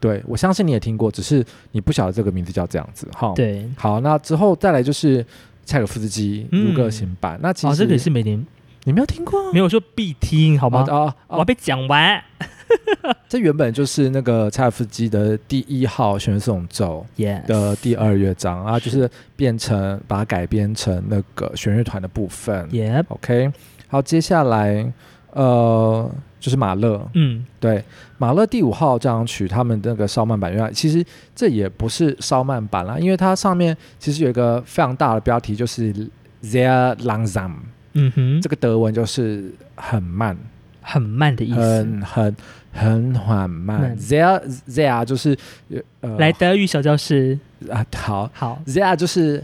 对，我相信你也听过，只是你不晓得这个名字叫这样子哈。
对。
好，那之后再来就是柴可夫斯基
嗯
如歌行版。那其实、
哦，这个也是每年
你没有听过啊？
没有哦说必听，好吗？
好啊
我还
啊！
被讲完
这原本就是那个柴可夫斯基的第一号旋律四重奏
耶。
的第二乐章啊，就是变成把它改编成那个弦乐团的部分。
耶，
OK，好，接下来呃，就是马勒，
嗯
对，马勒第五号这张曲，他们那个烧慢版原来其实这也不是烧慢版啦，因为它上面其实有一个非常大的标题，就是 Sehr langsam，
嗯哼，
这个德文就是很慢，
很慢的意思。
很很很缓慢。
慢
Sehr Sehr 就是呃
来，德语小教室，
啊好
好，
，Sehr 就是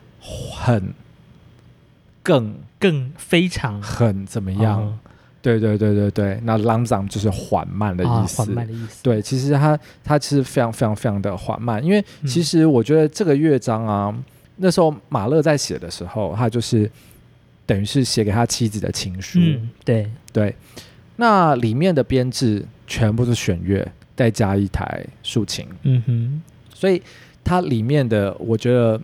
很更
更非常哦
很怎么样？对对对对对，那 langsam 就是缓慢的
啊
意思，
缓慢的意思。
对，其实它它其实非常非常非常的缓慢，因为
嗯
其实我觉得这个乐章啊，那时候马勒在写的时候，他就是等于是写给他妻子的情书，
嗯，对，
对，那里面的编制全部是弦乐，再加一台竖琴，
嗯哼，
所以它里面的我觉得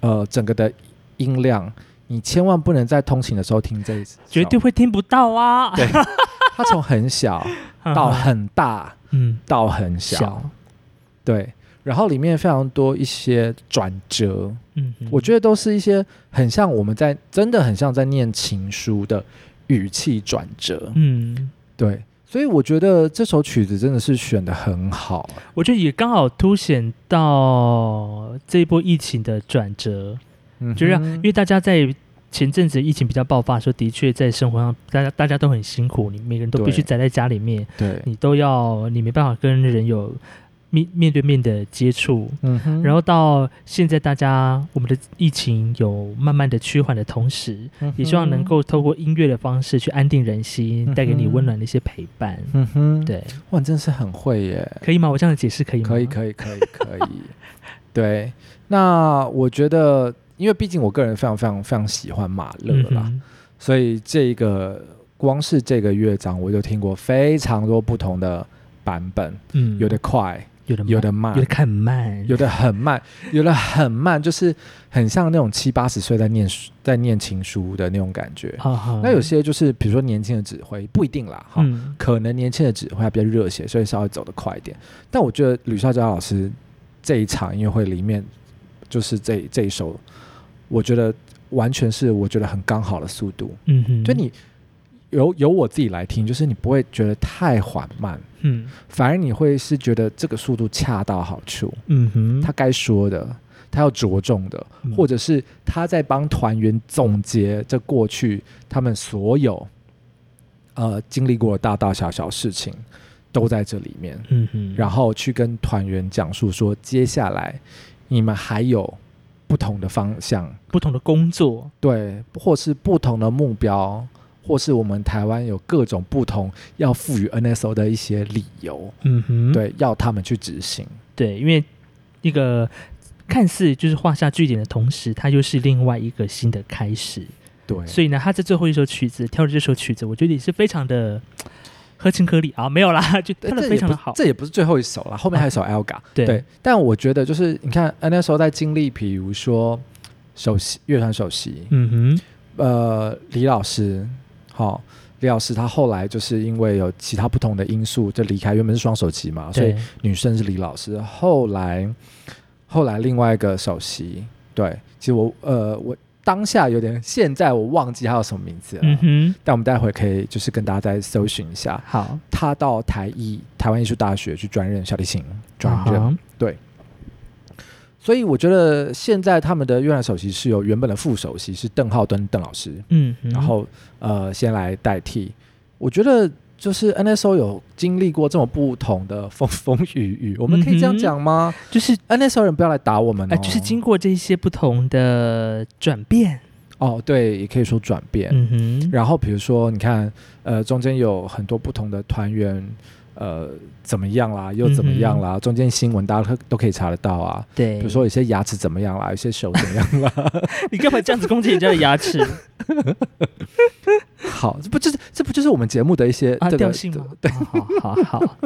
呃整个的音量，你千万不能在通勤的时候听这一首，
绝对会听不到啊。
对它从 很小到很大
嗯
到很小
小，
对，然后里面非常多一些转折，
嗯哼，
我觉得都是一些很像我们在真的很像在念情书的语气转折，
嗯，
对，所以我觉得这首曲子真的是选的很好，啊
我觉得也刚好凸显到这一波疫情的转折，
嗯
就是啊
哼
因为大家在前阵子疫情比较爆发的时候，的确在生活上，大家大家都很辛苦，你每个人都必须
对
宅在家里面，
对，
你都要你没办法跟人有面面对面的接触。
嗯哼
然后到现在，大家我们的疫情有慢慢的趋缓的同时，也希望能，
嗯
够透过音乐的方式去安定人心，带给你温暖的一些陪伴。
嗯哼嗯哼，
对，
哇，你真的是很会耶，
可以吗？我这样的解释可以吗？
呃可以，可以，可以，可以， 对，那我觉得，因为毕竟我个人非常非常非常喜欢马勒
嗯
啦。
哼，
所以这个光是这个乐章，我就听过非常多不同的版本，
嗯，
有的快，
有的
有的慢
有的，看慢，
有的 很慢，有的很慢，就是很像那种七八十岁在念书在念情书的那种感觉。
哈哈，
那有些就是比如说年轻的指挥不一定啦，哈、
嗯
可能年轻的指挥他比较热血，所以稍微走得快一点。但我觉得吕少娇老师这一场音乐会里面，就是这这一首，我觉得完全是我觉得很刚好的速度。
嗯哼，
就你由由我自己来听，就是你不会觉得太缓慢，
嗯
反而你会是觉得这个速度恰到好处，
嗯哼，
他该说的，他要着重的，
嗯
或者是他在帮团员总结这过去他们所有呃经历过的大大小小事情都在这里面，
嗯哼，
然
后
后去跟团员讲述说，接下来你们还有不同的方向。
不同的工作，
对，或是不同的目标，或是我们台湾有各种不同要赋予 NSO 的一些理由，
嗯哼，
对，要他们去执行。
对，因为那个看似就是画下句点的同时，它又是另外一个新的开始。
对，
所以呢，他在最后一首曲子挑的这首曲子，我觉得也是非非常的合情合理啊，没有啦， 就
呃
跳的
这
非
也
常
不
的
是
好。啊
这也不是最后一首了，后面还有一首 Elga、
对
对，但我觉得就是你看 NSO 在经历，比如说首席乐团首席，
嗯哼，
呃，李老师，好、李老师他后来就是因为有其他不同的因素就离开，原本是双手旗哦嘛，所以啊
对，
女生是李老师，后来后来另外一个首席，对，其实我呃我当下有点，现在我忘记他有什么名字了，
嗯哼，
但我们待会可以就是跟大家再搜寻一下，
好，
他到台艺台湾艺术大学去专任小提琴专
啊
任，
哈
所以我觉得现在他们的乐团首席是由原本的副首席是邓浩登邓老师，
嗯哼，
然后呃先来代替。我觉得就是 NSO 有经历过这么不同的风风雨雨，我们可以这样
嗯哼
讲吗？
就是。
NSO 人不要来打我们哦，
哎、就是经过这些不同的转变，
哦，对，也可以说转变。
嗯哼，
然后比如说，你看，呃，中间有很多不同的团员，呃，怎么样啦，又怎么样啦，中间新闻大家都都可以查得到啊。
嗯对，
比如说有些牙齿怎么样啦，有些手怎么样啦。
你干嘛这样子攻击人家的牙 齿？
好，这不就是这不就是我们节目的一些
啊，
这
调
个、
性吗？对，好好 好，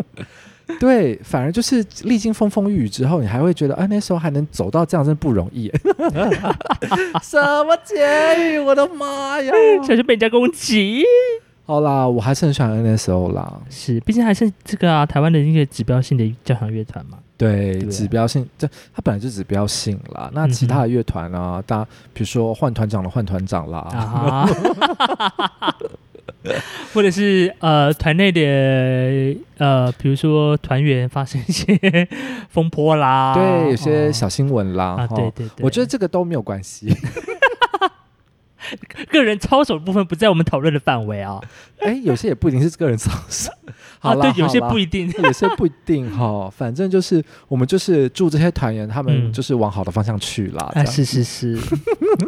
对，反而就是历经风风雨雨之后，你还会觉得，啊，那时候还能走到这样，真不容 易。什么结语？我的妈 呀！
小心被人家攻击。
好啦，我还是很喜欢 NSO 啦。
是，毕竟还是这个啊，台湾的一个指标性的交响乐团嘛。
对，
对啊嗯
指标性，这它本来就指标性啦。那其他的乐团啊啊，大家比如说换团长的换团长啦，
啊啊哈， 或者是呃团内的呃，比如说团员发生一些风波啦，
对，有些
哦
小新闻啦，
啊，
哈
对对对，
我觉得这个都没有关系。
个人操守的部分不在我们讨论的范围啊，
哎，有些也不一定是个人操 守，好
啊，
啦
对，有些
好啦
不一定，
有些不一定哈，反正就是我们就是祝这些团员他们
嗯
就是往好的方向去啦。这
啊，
样
是是是，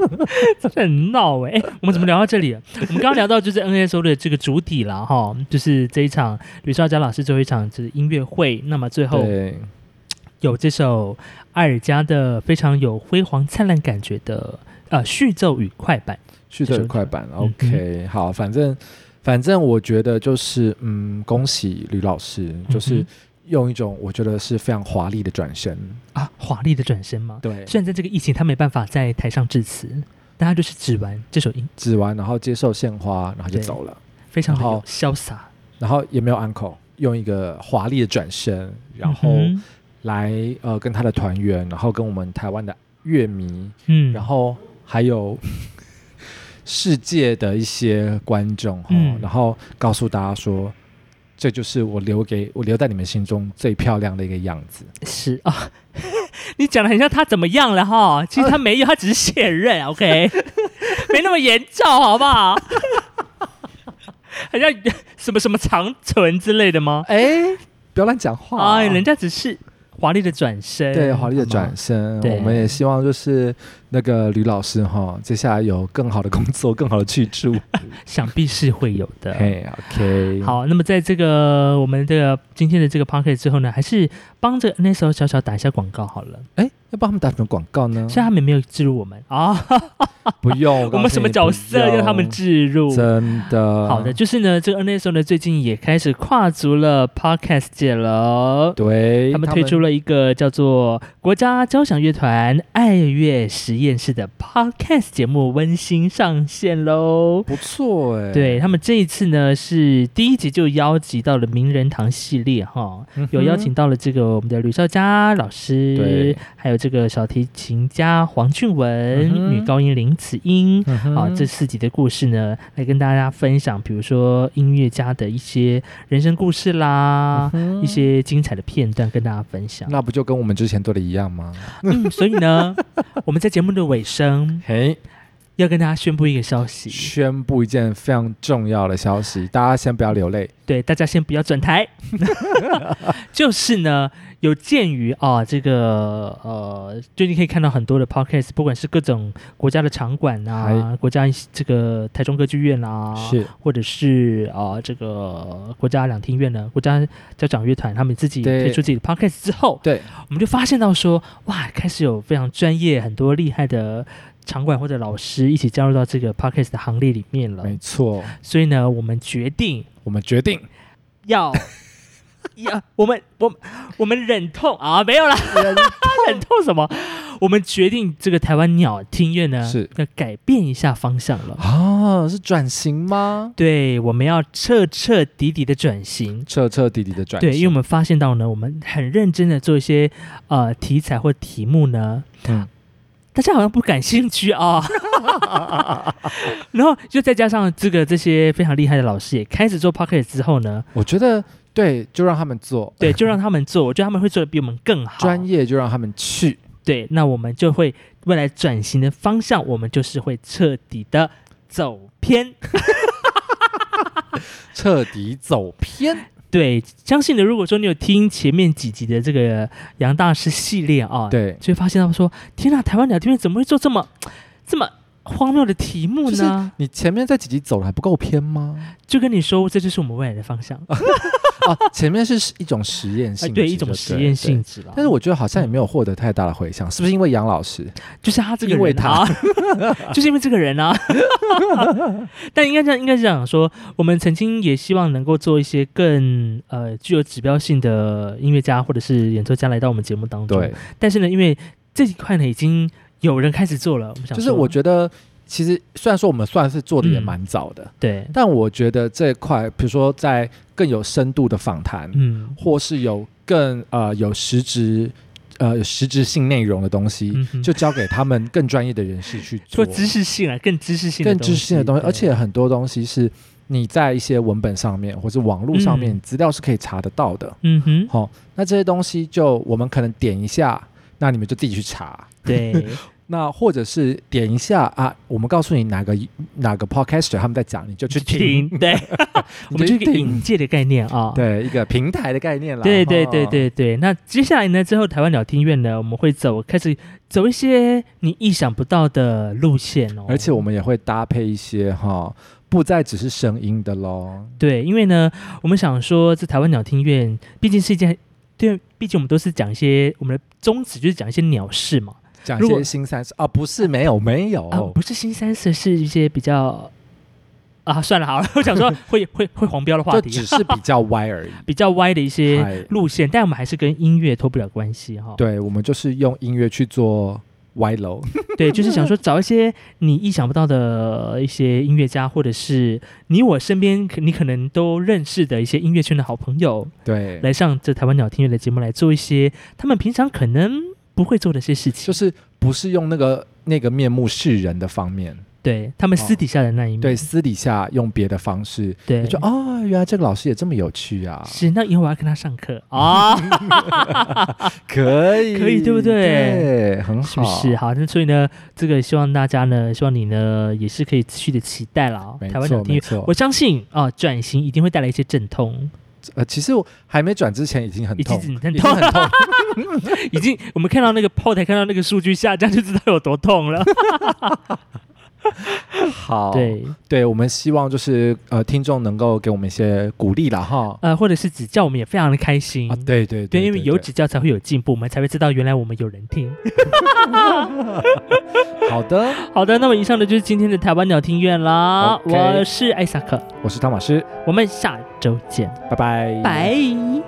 真的很闹哎、欸我们怎么聊到这里了？我们刚刚聊到就是 NSO 的这个主体啦，哈，就是这一场吕少佳老师最后一场就是音乐会，那么最后
对，
有这首艾尔加的非常有辉煌灿烂感觉的呃序奏与快板，
续
这
的
首
快板
嗯
，OK，好，反正反正我觉得就是嗯，恭喜吕老师，就是
嗯
用一种我觉得是非常华丽的转身，
啊，华丽的转身嘛。
对，
虽然在这个疫情他没办法在台上致辞，但他就是只玩这首音，
指完然后接受献花，然后就
对
走了，
非常的
然后
有潇洒。
然后也没有 uncle，用一个华丽的转身，然后
嗯
来呃跟他的团员，然后跟我们台湾的乐迷
哼嗯，
然后还有世界的一些观众哈、
嗯
然后告诉大家说，这就是我留给我留在你们心中最漂亮的一个样子。
是啊， 你讲的很像他怎么样了哈，其实他没有，他只是卸任，OK，没那么严重，好不好？ 好像什么什么长存之类的吗？
哎，不要乱讲话、
哎，人家只是华丽的转身，
哦
哦
对华丽的
好
转
吗，
身，
对
我们也希望就是那个吕老师哈，接下来有更好的工作，更好的去 处。
想必是会有的。
嘿，OK，，
好，那么在这个我们的今天的这个 p o c k e t 之后呢，还是帮着那时候小小打一下广告好了。
哎，要帮他们打什么广告呢？
虽然他们没有置入我们啊，
不用，
我
告
们
诉
什么
你
角
不
色要他们
用啊
置入？
真的
好的，，就是呢，这个 NSO 呢最近也开始跨足了 Podcast 界了。
对，
他们推出了一个叫做“国家交响乐团爱乐实验室”的 Podcast 节目，温馨上线喽。
不错哎，
对他们这一次呢，是第一集就邀集到了名人堂系列哈，
嗯哼，
有邀请到了这个我们的吕少佳老师
对，
还有这个小提琴家黄俊文、
嗯哼
女高音林子英，
嗯哼
好、哦这四集的故事呢，来跟大家分享，比如说音乐家的一些人生故事啦，
嗯
一些精彩的片段跟大家分 享。
那不就跟我们之前做的一 样吗？
嗯，所以呢，我们在节目的尾声
嘿，
要跟大家宣布一个消息，
宣布一件非常重要的 消息，大家先不要流泪。
对大家先不要转 台，就是呢，有鉴于啊，这个呃，最近可以看到很多的 podcast，不管是各种国家的场馆啊，国家这个台中歌剧院啊，
是
或者是啊、呃这个国家两厅院呢，国家交响乐团他们自己
对
推出自己的 podcast 之后，
对，
我们就发现到说，哇，开始有非常专业、很多厉害的场馆或者老师一起加入到这个 podcast 的行列里面了。
没错，
所以呢，我们决定
我们决定
要要我们我们我们忍痛啊，没有啦，
忍
忍痛什么？我们决定这个台湾鸟听乐呢，
是
要改变一下方向了。
啊，是转型吗？
对，我们要彻彻底底的转型，
彻彻底底的转型。
对，因为我们发现到呢，我们很认真的做一些呃题材或题目呢，
嗯
大家好像不感兴趣啊、 然后就再加上这个这些非常厉害的老师也开始做 p o c k e t 之后呢，
我觉得对，就让他们做，
对，就让他们做，我觉得他们会做的比我们更好。
专业就让他们去。
对，那我们就会未来转型的方向，我们就是会彻底的走偏。
彻底走 偏，
对，相信呢，如果说你有听前面几集的这个杨大师系列啊，
对，
就会发现到说，天呐，台湾鸟听乐怎么会做这么这么荒谬的题目
就是
呢？
你前面在几集走的还不够 偏吗？
就跟你说，这就是我们未来的方向，啊、
啊，前面是一种实验性质就对、
对，一种实验性质了。
但是我觉得好像也没有获得太大的回响，是不是因为杨老师？
就是他这个
因为
人啊， 就是因为这个人啊。但应该这样，应该是这样说，我们曾经也希望能够做一些更呃具有指标性的音乐家或者是演奏家来到我们节目当中。
对，，
但是呢，因为这一块呢已经有人开始做了，我们想
就是我
得
觉得其实虽然说我们算是做的也
嗯
蛮早的，
对，
但我觉得这块，比如说在更有深度的访谈，
嗯
或是有更呃有实质呃有实质性内容的东西，
嗯哼
就交给他们更专业的人士去做
说知识性啊，更知识性的
更知识性的东西，而且很多东西是你在一些文本上面或是网络上面
嗯
资料是可以查得到的。
嗯哼，
好、那这些东西就我们可能点一下，那你们就自己去查。
对，
那或者是点一下啊，我们告诉你哪个哪个 podcaster 他们在讲，你就去听
听，，对， 我
你
们就
就去
一个
听
引。介的概念啊、
对，一个平台的概念啦。
对对
哈
对，对对，那接下来呢？之后台湾聊天院呢，我们会走开始走一些你意想不到的路线哦。
而且我们也会搭配一些哈，不再只是声音的喽。
对，因为呢，我们想说，这台湾鸟听院毕竟是一件，对，毕竟我们都是讲一些我们的宗旨就是讲一些鸟事嘛，
讲一
如果
些新三色啊，不是没有没有，
啊、不是新三色，是一些比较啊，算了好了， 我想说会会会黄标的话
就
题
只，是比较歪而 已。
比较歪的一些
嗨
路线，但我们还是跟音乐脱不了关系哈、
对，我们就是用音乐去做 歪楼。
对，就是想说找一些你意想不到的一些音乐家，或者是你我身边可你可能都认识的一些音乐圈的好朋友，
对，
来上这台湾鸟听乐的节目来做一些他们平常可能不会做的一些事情，
就是不是用那个那个面目示人的方面，
对他们私底下的那一面。
哦对，私底下用别的方式，
嗯对
你就哦，原来这个老师也这么有趣啊，
是，那以后我要跟他上课
哦
啊，
可以，
可以对不对
对，很好，
是不是？好，那所以呢，这个希望大家呢，希望你呢也是可以持续的期待啦哦。
没
台湾鸟
错，
听
没
乐，
错
我。相信啊、转型一定会带来一些阵痛，
呃，其实我还没转之前已经很
已经
痛，
很
已经
痛，
很痛，
已经我们看到那个后台看到那个数据下降，就知道有多痛 了。
好，
对，
对，我们希望就是呃，听众能够给我们一些鼓励啦，哈。
呃，或者是指教，我们也非常的开心。
啊，对对
对，因为有
对
指教才会有进步，我们才会知道原来我们有人 听。
好的，
好的，那么以上呢就是今天的台湾鸟听院啦。
OK
我是艾萨克，
我是汤马斯，
我们下周见，
拜拜，
拜。